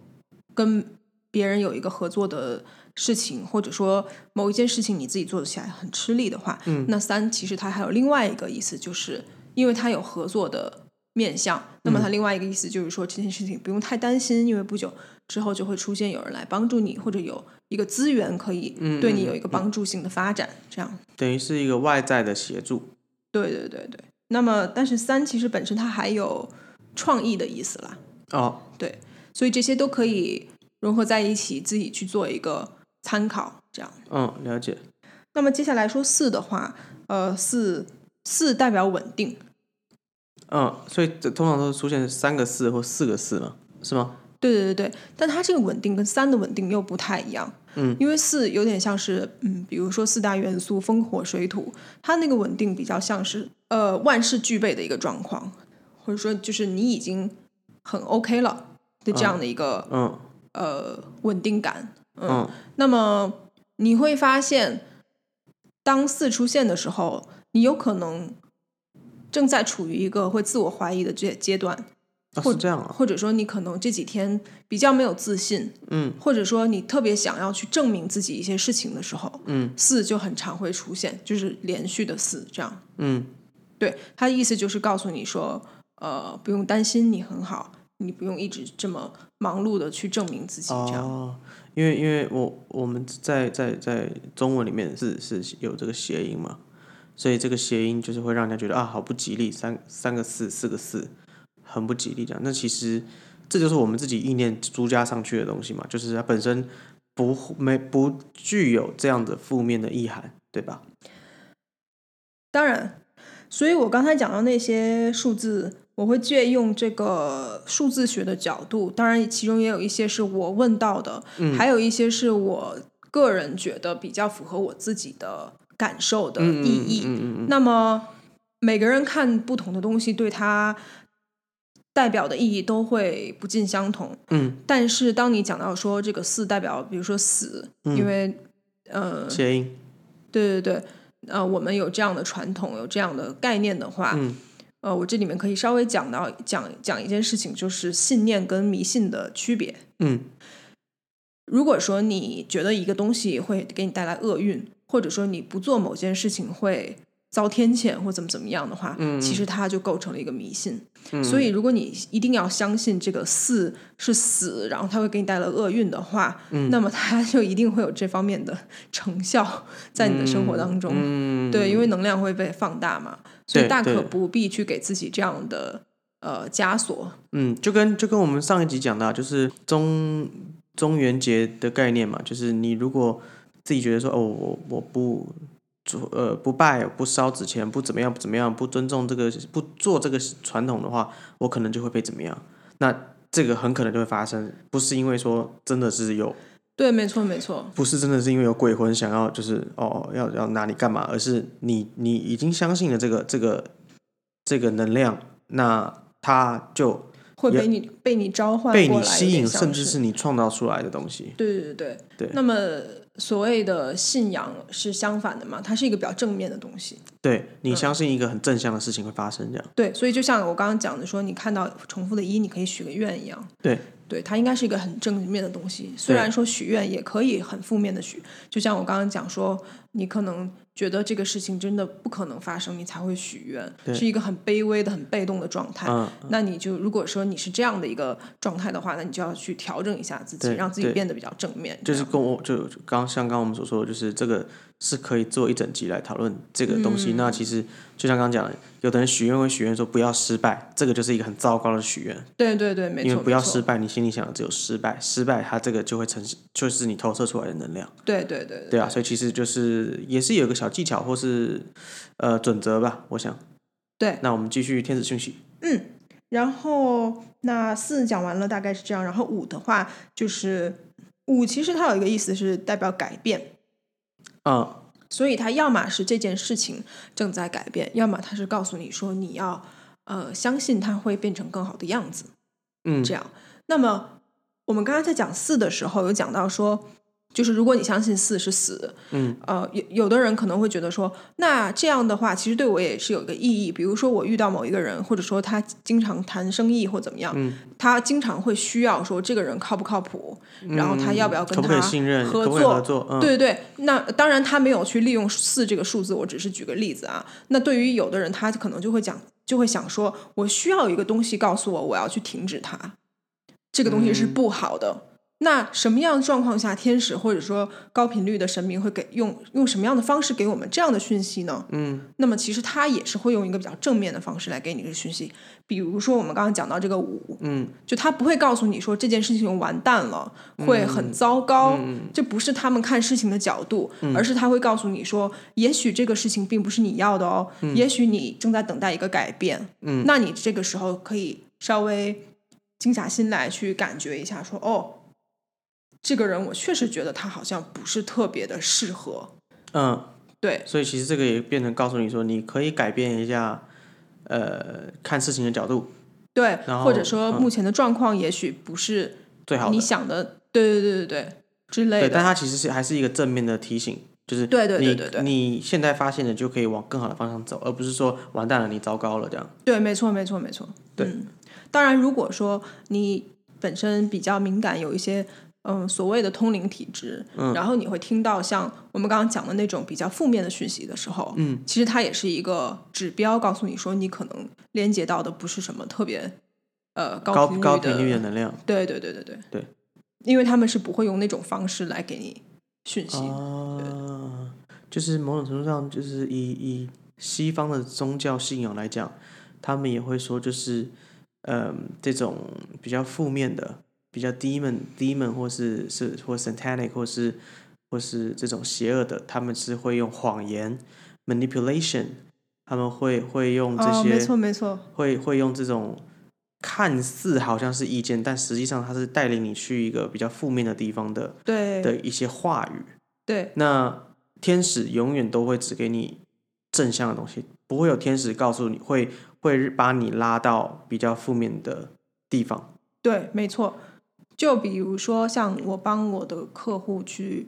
Speaker 3: 跟别人有一个合作的事情，或者说某一件事情你自己做起来很吃力的话，嗯、那三其实它还有另外一个意思，就是因为它有合作的面向。那么它另外一个意思就是说，这件事情不用太担心，因为不久之后就会出现有人来帮助你，或者有一个资源可以
Speaker 2: 嗯
Speaker 3: 对你有一
Speaker 2: 嗯
Speaker 3: 个帮助性的发展。这样，
Speaker 2: 等于是一个外在的协助。
Speaker 3: 对对对对。那么，但是三其实本身它还有创意的意思啦，
Speaker 2: 哦，
Speaker 3: 所以这些都可以融合在一起，自己去做一个参考。这样。
Speaker 2: 嗯，了解。
Speaker 3: 那么接下来说四的话，呃，四四代表稳定，
Speaker 2: 嗯，所以这通常都是出现三个四或四个四嘛，是吗？
Speaker 3: 对对对对，但它这个稳定跟三的稳定又不太一样，
Speaker 2: 嗯，
Speaker 3: 因为四有点像是，嗯，比如说四大元素风火水土，它那个稳定比较像是，呃，万事俱备的一个状况，或者说就是你已经很 OK 了的这样的一个、
Speaker 2: 嗯
Speaker 3: 呃稳定感，嗯
Speaker 2: 嗯
Speaker 3: 那么你会发现，当四出现的时候，你有可能正在处于一个会自我怀疑的阶阶段，
Speaker 2: 哦，
Speaker 3: 或
Speaker 2: 是这样啊。
Speaker 3: 或者说你可能这几天比较没有自信，
Speaker 2: 嗯
Speaker 3: 或者说你特别想要去证明自己一些事情的时候，
Speaker 2: 嗯
Speaker 3: 四就很常会出现，就是连续的四这样。
Speaker 2: 嗯
Speaker 3: 对，他的意思就是告诉你说，呃，不用担心，你很好，你不用一直这么忙碌的去证明自己这样。
Speaker 2: 哦，因为因为我我们在在在中文里面是是有这个谐音嘛，所以这个谐音就是会让人家觉得啊，好不吉利，三三个四，四个四，很不吉利这样。那其实这就是我们自己意念附加上去的东西嘛，就是它本身不没不具有这样的负面的意涵，对吧？
Speaker 3: 当然，所以我刚才讲到那些数字，我会借用这个数字学的角度，当然其中也有一些是我问到的，
Speaker 2: 嗯
Speaker 3: 还有一些是我个人觉得比较符合我自己的感受的呃
Speaker 2: 嗯
Speaker 3: 意义。
Speaker 2: 嗯嗯嗯嗯
Speaker 3: 那么每个人看不同的东西，对它代表的意义都会不尽相同。
Speaker 2: 嗯，
Speaker 3: 但是当你讲到说这个四代表，比如说死，因为呃
Speaker 2: 嗯，谐音，
Speaker 3: 对对对，呃，我们有这样的传统，有这样的概念的话，
Speaker 2: 嗯
Speaker 3: 呃，我这里面可以稍微讲到讲讲一件事情，就是信念跟迷信的区别。
Speaker 2: 嗯
Speaker 3: 如果说你觉得一个东西会给你带来厄运，或者说你不做某件事情会遭天谴或怎么怎么样的话，
Speaker 2: 嗯嗯
Speaker 3: 其实它就构成了一个迷信。
Speaker 2: 嗯，
Speaker 3: 所以，如果你一定要相信这个四是死，然后它会给你带来厄运的话，
Speaker 2: 嗯
Speaker 3: 那么它就一定会有这方面的 成效在你的生活当中。
Speaker 2: 嗯，
Speaker 3: 对，因
Speaker 2: 为
Speaker 3: 为能量会被放大嘛，所以
Speaker 2: 对
Speaker 3: 大
Speaker 2: 对
Speaker 3: 可不必去给自己这样的呃枷锁。
Speaker 2: 嗯，就跟就跟我们上一集讲的啊、就是中中元节的概念嘛，就是你如果自己觉得说，哦，我我不。做呃不拜不烧纸钱不怎么样不怎么样不尊重这个不做这个传统的话，我可能就会被怎么样？那这个很可能就会发生，不是因为说真的是有
Speaker 3: 对，没错，没错，
Speaker 2: 不是真的是因为有鬼魂想要就是哦要要拿你干嘛，而是你你已经相信了这个这个这个能量，那它就
Speaker 3: 会
Speaker 2: 也
Speaker 3: 被你被你召唤
Speaker 2: 被
Speaker 3: 过
Speaker 2: 你
Speaker 3: 来
Speaker 2: 吸
Speaker 3: 有点
Speaker 2: 引，
Speaker 3: 像
Speaker 2: 甚至是你创造出来的东西。
Speaker 3: 对对对
Speaker 2: 对
Speaker 3: 那么所谓的信仰是相反的嘛，它是一个比较正面的东西。
Speaker 2: 对你
Speaker 3: 嗯
Speaker 2: 相信一个很正向的事情会发生，这样
Speaker 3: 对，所以就像我刚刚讲的说，你看到重复的一，你可以许个愿一样。
Speaker 2: 对
Speaker 3: 对，它应该是一个很正面的东西。虽
Speaker 2: 对
Speaker 3: 然说许愿也可以很负面的许，就像我刚刚讲说，你可能觉得这个事情真的不可能发生，你才会许愿，
Speaker 2: 对
Speaker 3: 是一个很卑微的、很被动的状态。
Speaker 2: 嗯
Speaker 3: 那你就如果说你是这样的一个状态的话，那你就要去调整一下自己，
Speaker 2: 对
Speaker 3: 让自己
Speaker 2: 对
Speaker 3: 变得比较正面。
Speaker 2: 就是
Speaker 3: 这样
Speaker 2: 跟我就就刚像刚我们所说的，就是这个是可以做一整集来讨论这个东西。
Speaker 3: 嗯
Speaker 2: 那其实就像刚刚讲的，有的人许愿会许愿说不要失败，这个就是一个很糟糕的许愿。
Speaker 3: 对对对，没
Speaker 2: 因为
Speaker 3: 错，
Speaker 2: 不要
Speaker 3: 没错
Speaker 2: 失败，你心里想的只有失败，失败它这个就会呈现，就是你投射出来的能量，
Speaker 3: 对对对对
Speaker 2: 对啊，所以其实就是也是有一个小技巧或是呃准则吧，我想。
Speaker 3: 对
Speaker 2: 那我们继续天使讯息，
Speaker 3: 然后那四讲完了，大概是这样。然后五的话，就是五其实它有一个意思是代表改变，
Speaker 2: 嗯
Speaker 3: 所以它要么是这件事情正在改变，要么它是告诉你说你要呃相信它会变成更好的样子。
Speaker 2: 嗯，
Speaker 3: 这样。那么我们刚刚在讲四的时候，有讲到说，就是如果你相信四是死，
Speaker 2: 嗯，
Speaker 3: 呃，有有的人可能会觉得说，那这样的话，其实对我也是有一个意义。比如说我遇到某一个人，或者说他经常谈生意或怎么样，
Speaker 2: 嗯
Speaker 3: 他经常会需要说这个人靠不靠谱，然后他要不要跟
Speaker 2: 嗯可不可
Speaker 3: 他
Speaker 2: 以信任，
Speaker 3: 合
Speaker 2: 可不可以
Speaker 3: 作
Speaker 2: 合作？嗯，
Speaker 3: 对对对，那当然他没有去利用四这个数字，我只是举个例子啊。那对于有的人，他可能就会讲就会想说，我需要有一个东西告诉我，我要去停止它，这个东西是不好的。那什么样的状况下，天使或者说高频率的神明会给用用什么样的方式给我们这样的讯息呢？
Speaker 2: 嗯，
Speaker 3: 那么其实他也是会用一个比较正面的方式来给你这个讯息，比如说我们刚刚讲到这个五，
Speaker 2: 嗯，
Speaker 3: 就他不会告诉你说这件事情完蛋了，会
Speaker 2: 嗯
Speaker 3: 很糟糕，这不是他们看事情的角度，
Speaker 2: 嗯
Speaker 3: 而是他会告诉你说，也许这个事情并不是你要的哦，也许你正在等待一个改变，
Speaker 2: 嗯，
Speaker 3: 那你这个时候可以稍微静下心来去感觉一下说，哦。这个人，我确实觉得他好像不是特别的适合。
Speaker 2: 嗯，
Speaker 3: 对，
Speaker 2: 所以其实这个也变成告诉你说，你可以改变一下，呃，看事情的角度
Speaker 3: 对
Speaker 2: 然，
Speaker 3: 或者
Speaker 2: 后
Speaker 3: 说
Speaker 2: 嗯
Speaker 3: 目前的状况也许不是
Speaker 2: 最好的
Speaker 3: 你。想的，对对对对对之类
Speaker 2: 对，但
Speaker 3: 的。
Speaker 2: 它其实是还是一个正面的提醒，就是
Speaker 3: 对对对
Speaker 2: 你
Speaker 3: 对对
Speaker 2: 你现在发现了就可以往更好的方向走，而不是说完蛋了你糟糕了这样。
Speaker 3: 对，没错，没错，没错。
Speaker 2: 对
Speaker 3: 嗯，当然，如果说你本身比较敏感，有一些嗯所谓的通灵体质，
Speaker 2: 嗯
Speaker 3: 然后你会听到像我们刚刚讲的那种比较负面的讯息的时候，
Speaker 2: 嗯，
Speaker 3: 其实它也是一个指标，告诉你说你可能连接到的不是什么特别呃
Speaker 2: 高
Speaker 3: 频
Speaker 2: 高
Speaker 3: 率
Speaker 2: 频率的能量
Speaker 3: 对对对对对
Speaker 2: 对，
Speaker 3: 因为他们是不会用那种方式来给你讯息的。
Speaker 2: 哦啊，就是某种程度上就是以以西方的宗教信仰来讲，他们也会说就是，嗯、这种比较负面的、比较 demon demon 或是是或 satanic 或是或是这种邪恶的，他们是会用谎言 manipulation，他们会会用这
Speaker 3: 哦，
Speaker 2: 些、
Speaker 3: 没错没错，
Speaker 2: 会会用这种看似好像是意见，但实际上它是带领你去一个比较负面的地方的
Speaker 3: 对
Speaker 2: 的一些话语。
Speaker 3: 对
Speaker 2: 那天使永远都会只给你正向的东西，不会有天使告诉你会会把你拉到比较负面的地方。
Speaker 3: 对，没错。就比如说，像我帮我的客户去，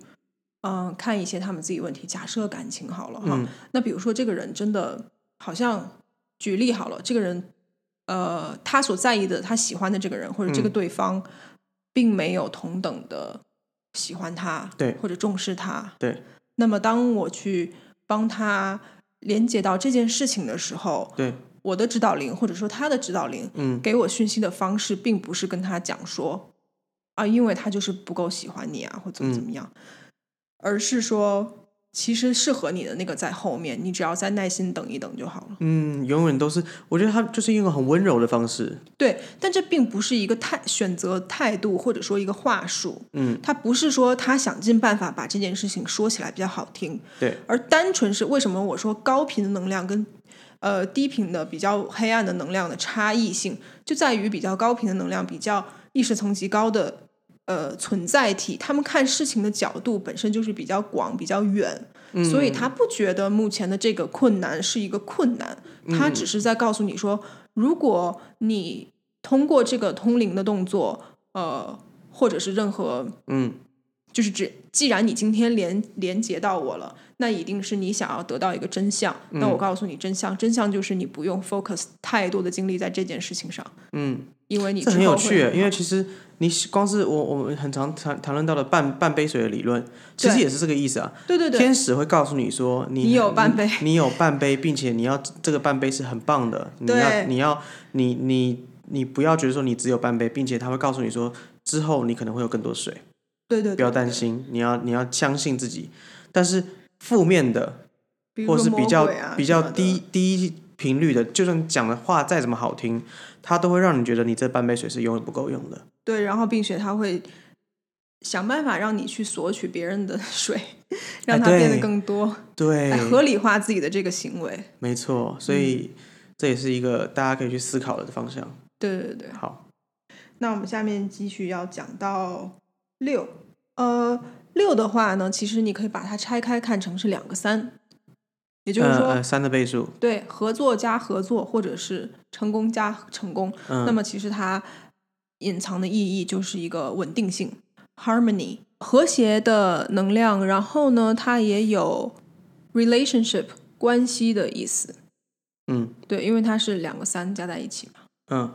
Speaker 3: 嗯、看一些他们自己问题，假设感情好了哈，
Speaker 2: 嗯
Speaker 3: 那比如说这个人真的好像，举例好了，这个人，呃，他所在意的、他喜欢的这个人或者这个
Speaker 2: 嗯
Speaker 3: 对方，并没有同等的喜欢他，
Speaker 2: 对
Speaker 3: 或者重视他，
Speaker 2: 对。
Speaker 3: 那么当我去帮他连接到这件事情的时候，
Speaker 2: 对，
Speaker 3: 我的指导灵或者说他的指导灵，
Speaker 2: 嗯
Speaker 3: 给我讯息的方式，并不是跟他讲说啊，因为他就是不够喜欢你啊，或怎么怎么样，而是说其实适合你的那个在后面，你只要再耐心等一等就好了。
Speaker 2: 嗯，永远都是，我觉得他就是用一个很温柔的方式。
Speaker 3: 对，但这并不是一个态选择态度，或者说一个话术。
Speaker 2: 嗯，
Speaker 3: 他不是说他想尽办法把这件事情说起来比较好听，
Speaker 2: 对，
Speaker 3: 而单纯是为什么我说高频的能量跟呃低频的比较黑暗的能量的差异性，就在于比较高频的能量比较意识层级高的呃存在体，他们看事情的角度本身就是比较广、比较远，
Speaker 2: 嗯
Speaker 3: 所以他不觉得目前的这个困难是一个困难，
Speaker 2: 嗯
Speaker 3: 他只是在告诉你说，如果你通过这个通灵的动作，呃，或者是任何
Speaker 2: 嗯
Speaker 3: 就是只既然你今天连连接到我了，那一定是你想要得到一个真相。
Speaker 2: 嗯
Speaker 3: 那我告诉你真相，真相就是你不用 focus 太多的精力在这件事情上，
Speaker 2: 嗯，
Speaker 3: 因为你
Speaker 2: 这
Speaker 3: 之
Speaker 2: 很
Speaker 3: 后
Speaker 2: 有
Speaker 3: 会
Speaker 2: 趣耶，因为
Speaker 3: 好
Speaker 2: 其实你光是我我们很常谈谈论到的半半杯水的理论，其实
Speaker 3: 对
Speaker 2: 也是这个意思啊。
Speaker 3: 对对对
Speaker 2: 天使会告诉你说，你
Speaker 3: 你有半杯
Speaker 2: 你，你有半杯，并且你要这个半杯是很棒的，你
Speaker 3: 对
Speaker 2: 要你要你你你不要觉得说你只有半杯，并且他会告诉你说之后你可能会有更多水，
Speaker 3: 对对，
Speaker 2: 不要担
Speaker 3: 心，
Speaker 2: 心，你要你要相信自己。但是负面的
Speaker 3: 比如
Speaker 2: 或
Speaker 3: 说
Speaker 2: 是比
Speaker 3: 魔
Speaker 2: 较、
Speaker 3: 鬼啊
Speaker 2: 比
Speaker 3: 什么
Speaker 2: 较
Speaker 3: 的
Speaker 2: 低低频率的，就算讲的话再怎么好听，它都会让你觉得你这半杯水是永远不够用的。
Speaker 3: 对，然后并且他会想办法让你去索取别人的水， 让它
Speaker 2: 哎对哎
Speaker 3: 变得更多，
Speaker 2: 对，
Speaker 3: 来哎合理嗯化自己的这个行为。
Speaker 2: 没错，所以这也是一个大家可以去思考的方向。
Speaker 3: 对对对。
Speaker 2: 好，
Speaker 3: 那我们下面继续要讲到六，呃，六的话呢，其实你可以把它拆开看成是两个三，也就是
Speaker 2: 呃
Speaker 3: 说，
Speaker 2: 呃，三的倍数，
Speaker 3: 对合作加合作，或者是成功加成功。
Speaker 2: 嗯，
Speaker 3: 那么其实它隐藏的意义就是一个稳定性 （harmony） 和谐的能量，然后呢，它也有 relationship 关系的意思。
Speaker 2: 嗯
Speaker 3: 对，因为它是两个三加在一起嘛。
Speaker 2: 嗯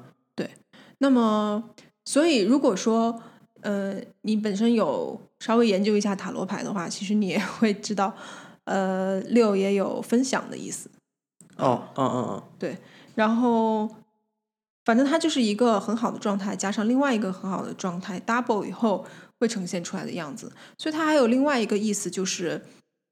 Speaker 3: 那么，所以如果说，呃，你本身有稍微研究一下塔罗牌的话，其实你也 会知道，呃，六也有分享的意思。
Speaker 2: 哦哦哦哦，
Speaker 3: 对，然后反正它就是一个很好的状态，加上另外一个很好的状态 double 以后会呈现出来的样子。所以它还有另外一个意思，就是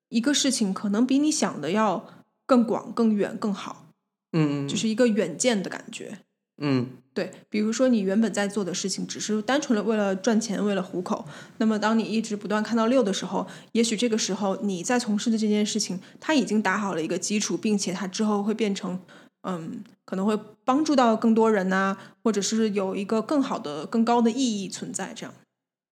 Speaker 3: 一个事情可能比你想的要更广、更远、更好，
Speaker 2: 嗯嗯
Speaker 3: 就是一个远见的感觉。
Speaker 2: 嗯
Speaker 3: 对，比如说你原本在做的事情只是单纯的为了赚钱、为了糊口，那么当你一直不断看到六的时候，也许这个时候你在从事的这件事情，它已经打好了一个基础，并且它之后会变成，嗯，可能会帮助到更多人呐、或者是有一个更好的、更高的意义存在。这样，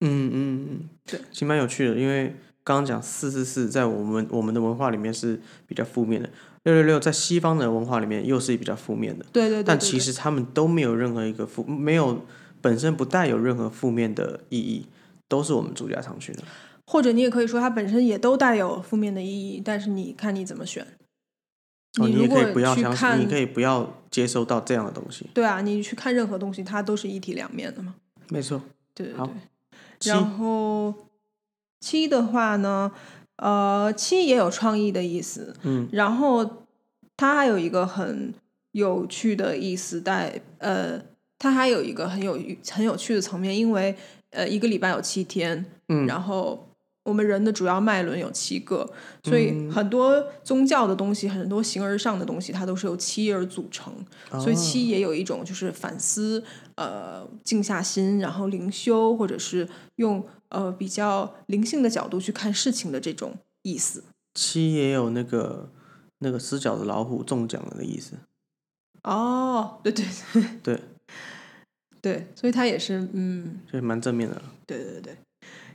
Speaker 2: 嗯嗯嗯，
Speaker 3: 对，
Speaker 2: 其实蛮有趣的，因为刚刚讲四四四在我们我们的文化里面是比较负面的，六六六在西方的文化里面又是比较负面的，
Speaker 3: 对对对对
Speaker 2: 但
Speaker 3: 对
Speaker 2: 其实他们都没有任何一个负，没有本身不带有任何负面的意义，都是我们主家常去的。
Speaker 3: 或者你也可以说，它本身也都带有负面的意义，但是你看你怎么选。
Speaker 2: 哦，你
Speaker 3: 如
Speaker 2: 也
Speaker 3: 果
Speaker 2: 可以不要
Speaker 3: 去
Speaker 2: 相信，
Speaker 3: 看
Speaker 2: 你，可以不要接收到这样的东西。
Speaker 3: 对啊，你去看任何东西，它都是一体两面的嘛。
Speaker 2: 没错，
Speaker 3: 对对
Speaker 2: 好
Speaker 3: 对。
Speaker 2: 七
Speaker 3: 然后七的话呢，呃，七也有创意的意思，
Speaker 2: 嗯，
Speaker 3: 然后它还有一个很有趣的意思在，呃，它还有一个很有很有趣的层面，因为呃，一个礼拜有七天，
Speaker 2: 嗯
Speaker 3: 然后。我们人的主要脉轮有七个，所以
Speaker 2: 嗯
Speaker 3: 很多宗教的东西，很多形而上的东西，它都是由七而组成。所以
Speaker 2: 哦
Speaker 3: 七也有一种就是反思，呃，静下心，然后灵修，或者是用呃比较灵性的角度去看事情的这种意思
Speaker 2: 七也有那个那个死角的老虎中奖了的意思。
Speaker 3: 哦，对对
Speaker 2: 对，
Speaker 3: 对，所以它也是嗯，
Speaker 2: 就是蛮正面的了。
Speaker 3: 对对对。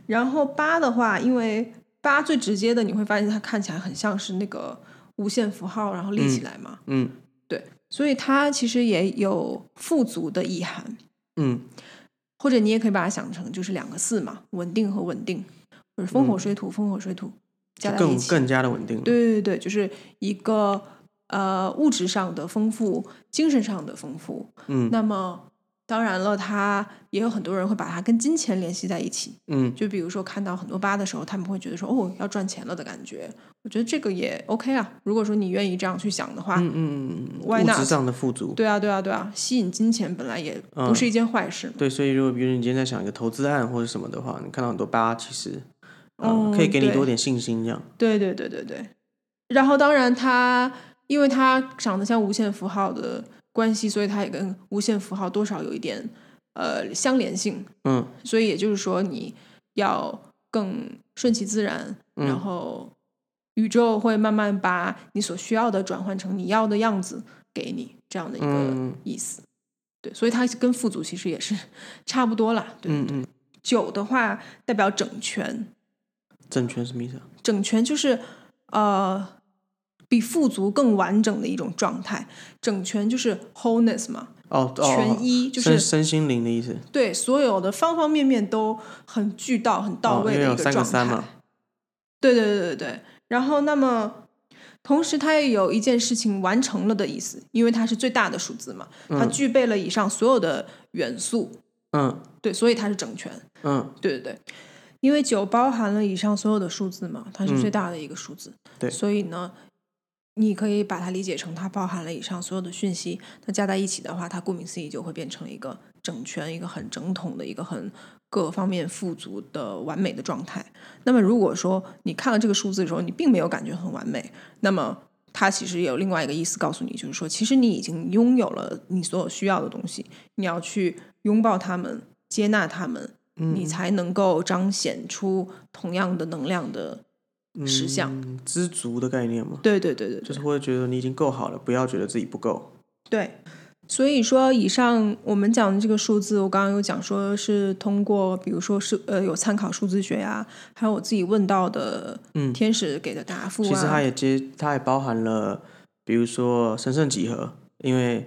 Speaker 3: 然后八的话，因为八最直接的，你会发现它看起来很像是那个无限符号，然后立起
Speaker 2: 嗯
Speaker 3: 来嘛，
Speaker 2: 嗯
Speaker 3: 所以它其实也有富足的意涵。
Speaker 2: 嗯
Speaker 3: 或者你也可以把它想成就是两个四嘛，稳定和稳定，或者风火水土，风火水土加在一
Speaker 2: 嗯更
Speaker 3: 起，
Speaker 2: 更加的稳定了。
Speaker 3: 对对对，就是一个呃物质上的丰富，精神上的丰富。
Speaker 2: 嗯
Speaker 3: 那么当然了，它也有很多人会把它跟金钱联系在一起，
Speaker 2: 嗯
Speaker 3: 就比如说看到很多八的时候，他们会觉得说哦要赚钱了的感觉，我觉得这个也 OK 啊。如果说你愿意这样去想的话，
Speaker 2: 嗯嗯嗯，
Speaker 3: 啊 why
Speaker 2: 物
Speaker 3: not？
Speaker 2: 质上的富足。
Speaker 3: 对啊对啊对啊，吸引金钱本来也
Speaker 2: 嗯
Speaker 3: 不是一件坏事嘛。
Speaker 2: 对，所以如果比如你今天在想一个投资案或者什么的话，你看到很多八，其实呃
Speaker 3: 嗯
Speaker 2: 可以给你
Speaker 3: 对
Speaker 2: 多点信心，这样。
Speaker 3: 对对对对对。然后当然它，因为它长得像无限符号的关系，所以它也跟无限符号多少有一点呃相连性。
Speaker 2: 嗯
Speaker 3: 所以也就是说，你要更顺其自然，
Speaker 2: 嗯
Speaker 3: 然后宇宙会慢慢把你所需要的转换成你要的样子给你，这样的一个
Speaker 2: 嗯
Speaker 3: 意思。对，所以它跟富足其实也是 差不多啦。对，
Speaker 2: 嗯嗯，
Speaker 3: 九的话代表整全，
Speaker 2: 整全什么意思啊？
Speaker 3: 整全就是呃比富足更完整的一种状态。整全就是 wholeness 嘛，
Speaker 2: 哦哦，哦
Speaker 3: 全一就
Speaker 2: 身
Speaker 3: 是
Speaker 2: 身心灵的意思。
Speaker 3: 对所有的方方面面都很俱到、很到
Speaker 2: 哦
Speaker 3: 位
Speaker 2: 因为
Speaker 3: 的
Speaker 2: 有
Speaker 3: 一个
Speaker 2: 三个
Speaker 3: 状态。
Speaker 2: 三嘛
Speaker 3: 对对对对对。然后那么。同时，它也有一件事情完成了的意思，因为它是最大的数字嘛，它
Speaker 2: 嗯
Speaker 3: 具备了以上所有的元素，
Speaker 2: 嗯
Speaker 3: 对，所以它是整全。
Speaker 2: 嗯
Speaker 3: 对对对，因为九包含了以上所有的数字嘛，它是最大的一个数字，
Speaker 2: 对
Speaker 3: 所以呢，你可以把它理解成它包含了以上所有的讯息，那加在一起的话，它顾名思义就会变成一个整全、一个很整统的一个很各方面富足的完美的状态。那么如果说你看了这个数字的时候，你并没有感觉很完美，那么。它其实也有另外一个意思告诉你，就是说，其实你已经拥有了你所有需要的东西，你要去拥抱它们，接纳它们，
Speaker 2: 嗯，
Speaker 3: 你才能够彰显出同样的能量的。实相
Speaker 2: 嗯知足的概念嘛，
Speaker 3: 对对对对
Speaker 2: 就
Speaker 3: 对
Speaker 2: 是会觉得你已经够好了，不要觉得自己不够。
Speaker 3: 对。所以说，以上我们讲的这个数字，我刚刚有讲说是通过，比如说是呃有参考数字学呀、还有我自己问到的
Speaker 2: 嗯
Speaker 3: 天使给的答复啊。
Speaker 2: 其实它也接，它也包含了，比如说神圣几何，因为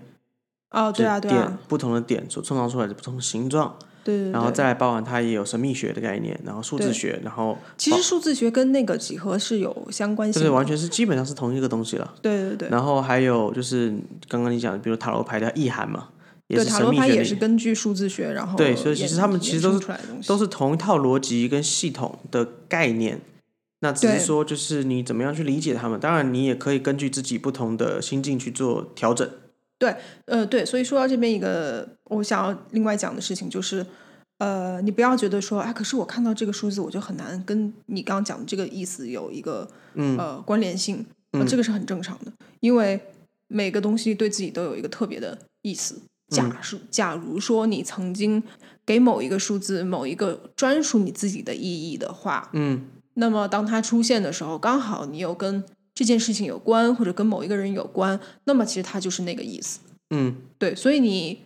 Speaker 3: 哦，对啊
Speaker 2: 这
Speaker 3: 对啊
Speaker 2: 点，不同的点所创造出来的不同的形状，
Speaker 3: 对对对。
Speaker 2: 然后再来包含它也有神秘学的概念，然后数字学，然后
Speaker 3: 其实数字学跟那个几何是有相关
Speaker 2: 就
Speaker 3: 性
Speaker 2: 是
Speaker 3: 的。
Speaker 2: 完全是基本上是同一个东西了。
Speaker 3: 对对对。
Speaker 2: 然后还有就是刚刚你讲的，比如塔罗牌的意涵嘛，也
Speaker 3: 对
Speaker 2: 是
Speaker 3: 塔
Speaker 2: 神
Speaker 3: 罗
Speaker 2: 秘
Speaker 3: 牌
Speaker 2: 学
Speaker 3: 也
Speaker 2: 的
Speaker 3: 是根据数字学，然后
Speaker 2: 对所以其实
Speaker 3: 衍
Speaker 2: 他们其实都
Speaker 3: 衍
Speaker 2: 是
Speaker 3: 生出来的东西
Speaker 2: 都是同一套逻辑跟系统的概念。那只
Speaker 3: 对
Speaker 2: 是说，就是你怎么样去理解他们。当然，你也可以根据自己不同的心境去做调整。
Speaker 3: 呃，对，所以说到这边一个我想要另外讲的事情就是，呃，你不要觉得说，哎，可是我看到这个数字，我就很难跟你刚刚讲的这个意思有一个
Speaker 2: 嗯
Speaker 3: 呃关联性、呃
Speaker 2: 嗯
Speaker 3: 这个是很正常的，因为每个东西对自己都有一个特别的意思。假
Speaker 2: 嗯
Speaker 3: 如假如说你曾经给某一个数字某一个专属你自己的意义的话，
Speaker 2: 嗯
Speaker 3: 那么当它出现的时候，刚好你又跟这件事情有关，或者跟某一个人有关，那么其实它就是那个意思。
Speaker 2: 嗯
Speaker 3: 对，所以你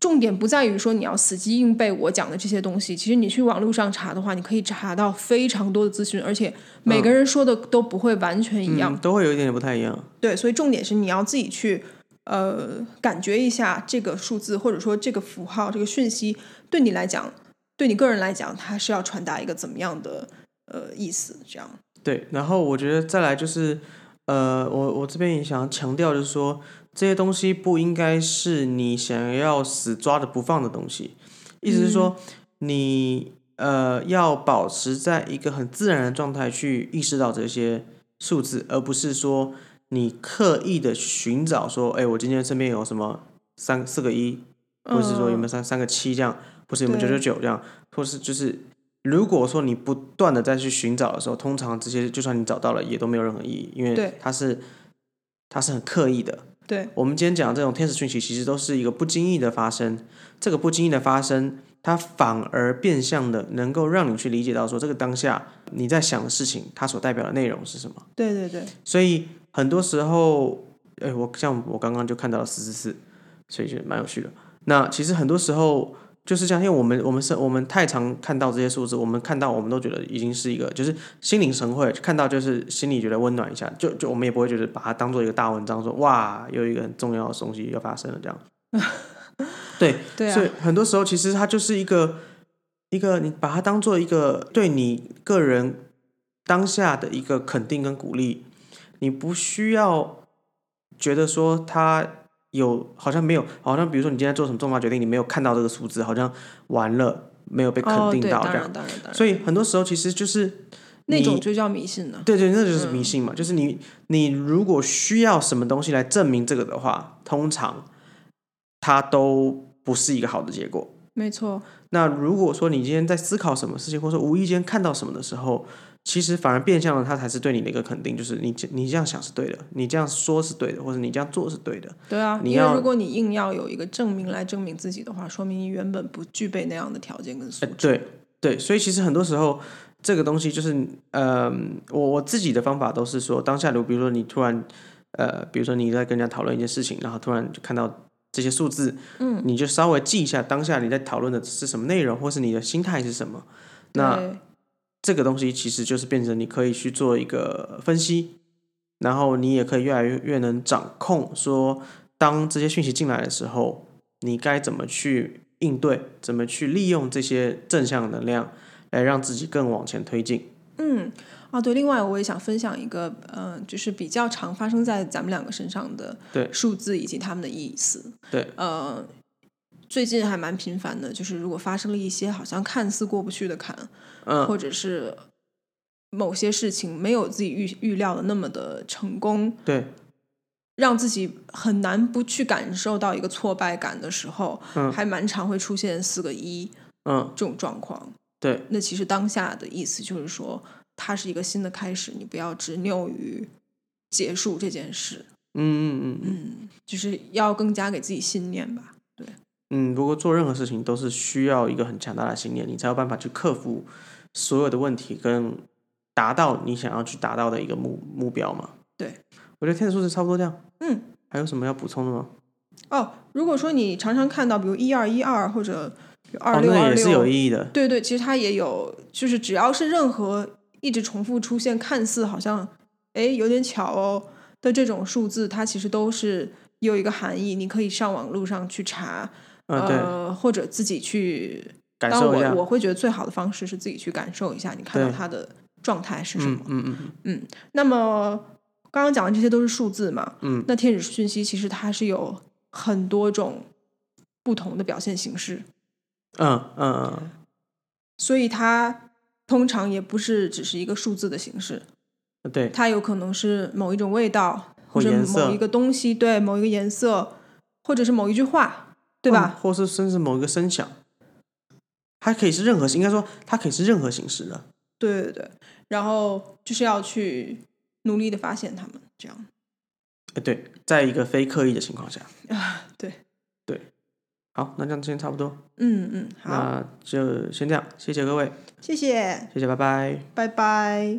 Speaker 3: 重点不在于说你要死记硬背我讲的这些东西，其实你去网络上查的话，你可以查到非常多的资讯，而且每个人说的都不会完全一样。
Speaker 2: 嗯，都会有一点点不太一样。
Speaker 3: 对，所以重点是你要自己去呃感觉一下这个数字，或者说这个符号、这个讯息对你来讲，对你个人来讲，它是要传达一个怎么样的呃意思？这样，
Speaker 2: 对，然后我觉得再来就是，呃，我我这边也想要强调，就是说这些东西不应该是你想要死抓着不放的东西，意思是说、你呃要保持在一个很自然的状态去意识到这些数字，而不是说你刻意的寻找说，哎，我今天身边有什么三四个一，或者是说有没有
Speaker 3: 嗯
Speaker 2: 三三个七这样，或是有没有九
Speaker 3: 对
Speaker 2: 九九这样，或是就是如果说你不断的再去寻找的时候，通常这些就算你找到了，也都没有任何意义，因为
Speaker 3: 对
Speaker 2: 它是它是很刻意的。
Speaker 3: 对
Speaker 2: 我们今天讲的这种天使讯息，其实都是一个不经意的发生。这个不经意的发生，它反而变相的能够让你去理解到说，这个当下你在想的事情，它所代表的内容是什么。
Speaker 3: 对对对，
Speaker 2: 所以很多时候，哎，我像我刚刚就看到了四四四，所以就蛮有趣的。那其实很多时候就是这样，因为我们我们是我们太常看到这些数字，我们看到我们都觉得已经是一个，就是心领神会，看到就是心里觉得温暖一下，就就我们也不会觉得把它当做一个大文章说哇，有一个很重要的东西要发生了这样。对，
Speaker 3: 对啊
Speaker 2: 所以，很多时候其实它就是一个一个你把它当做一个对你个人当下的一个肯定跟鼓励，你不需要觉得说它有好像没有，好像比如说你今天做什么重大决定，你没有看到这个数字，好像完了没有被肯
Speaker 3: 哦，
Speaker 2: 定
Speaker 3: 对，
Speaker 2: 到
Speaker 3: 当
Speaker 2: 这
Speaker 3: 然
Speaker 2: 样。
Speaker 3: 当然当然，
Speaker 2: 所以很多时候其实就是
Speaker 3: 那
Speaker 2: 你
Speaker 3: 种就叫迷信了。
Speaker 2: 对对，那
Speaker 3: 嗯
Speaker 2: 就是迷信嘛。就是你你如果需要什么东西来证明这个的话，通常它都不是一个好的结果。
Speaker 3: 没错，
Speaker 2: 那如果说你今天在思考什么事情，或者说无意间看到什么的时候，其实反而变相了，它才是对你的一个肯定，就是你这你这样想是对的，你这样说是对的，或者你这样做是对的。
Speaker 3: 对啊，
Speaker 2: 你
Speaker 3: 因
Speaker 2: 要
Speaker 3: 为如果你硬要有一个证明来证明自己的话，说明你原本不具备那样的条件跟素
Speaker 2: 呃
Speaker 3: 质。
Speaker 2: 对对，所以其实很多时候这个东西就是，呃，我我自己的方法都是说，当下如比如说你突然，呃，比如说你在跟人家讨论一件事情，然后突然就看到这些数字，嗯，你就稍微记一下当下你在讨论的是什么内容，或是你的心态是什么。那
Speaker 3: 对
Speaker 2: 这个东西其实就是变成你可以去做一个分析，然后你也可以越来越越能掌控说，当这些讯息进来的时候，你该怎么去应对，怎么去利用这些正向能量来让自己更往前推进。
Speaker 3: 嗯啊，对。另外，我也想分享一个，嗯、就是比较常发生在咱们两个身上的
Speaker 2: 对
Speaker 3: 数字以及它们的意思。
Speaker 2: 对，
Speaker 3: 呃，最近还蛮频繁的，就是如果发生了一些好像看似过不去的坎，
Speaker 2: 嗯
Speaker 3: 或者是某些事情没有自己预预料的那么的成功，
Speaker 2: 对，
Speaker 3: 让自己很难不去感受到一个挫败感的时候，
Speaker 2: 嗯
Speaker 3: 还蛮常会出现四个一
Speaker 2: 嗯，
Speaker 3: 这种状况。
Speaker 2: 对，
Speaker 3: 那其实当下的意思就是说，它是一个新的开始，你不要执拗于结束这件事，
Speaker 2: 嗯嗯嗯
Speaker 3: 嗯，就是要更加给自己信念吧。
Speaker 2: 嗯。不过做任何事情都是需要一个很强大的信念，你才有办法去克服所有的问题，跟达到你想要去达到的一个目目标嘛。
Speaker 3: 对，
Speaker 2: 我觉得天使数字差不多这样。
Speaker 3: 嗯，
Speaker 2: 还有什么要补充的吗？
Speaker 3: 哦，如果说你常常看到，比如一二一二或者二
Speaker 2: 哦，那
Speaker 3: 六
Speaker 2: 个
Speaker 3: 二
Speaker 2: 也是有
Speaker 3: 六，
Speaker 2: 意义的。
Speaker 3: 对对，其实它也有，就是只要是任何一直重复出现，看似好像哎有点巧哦的这种数字，它其实都是有一个含义，你可以上网路上去查，
Speaker 2: 嗯，对，
Speaker 3: 呃，或者自己去
Speaker 2: 感
Speaker 3: 当然
Speaker 2: 受一下
Speaker 3: 我。我会觉得最好的方式是自己去感受一下，你看到
Speaker 2: 对
Speaker 3: 它的状态是什
Speaker 2: 嗯
Speaker 3: 么。
Speaker 2: 嗯嗯嗯，
Speaker 3: 那么刚刚讲的这些都是数字嘛？
Speaker 2: 嗯，
Speaker 3: 那天使讯息其实它是有很多种不同的表现形式，
Speaker 2: 嗯嗯嗯，
Speaker 3: 所以它通常也不是只是一个数字的形式，
Speaker 2: 嗯对，
Speaker 3: 它有可能是某一种味道，
Speaker 2: 或
Speaker 3: 或者
Speaker 2: 颜色
Speaker 3: 某一个东西，对，某一个颜色，或者是某一句话，对吧？
Speaker 2: 或是甚至某一个声响，它可以是任何形，应该说它可以是任何形式的。
Speaker 3: 对对对，然后就是要去努力的发现他们，这样。
Speaker 2: 哎，对，在一个非刻意的情况下，
Speaker 3: 啊，对，
Speaker 2: 好，那这样今天差不多，
Speaker 3: 嗯嗯，好，
Speaker 2: 那就先这样，谢谢各位，
Speaker 3: 谢谢，
Speaker 2: 谢谢，拜拜。
Speaker 3: 拜拜。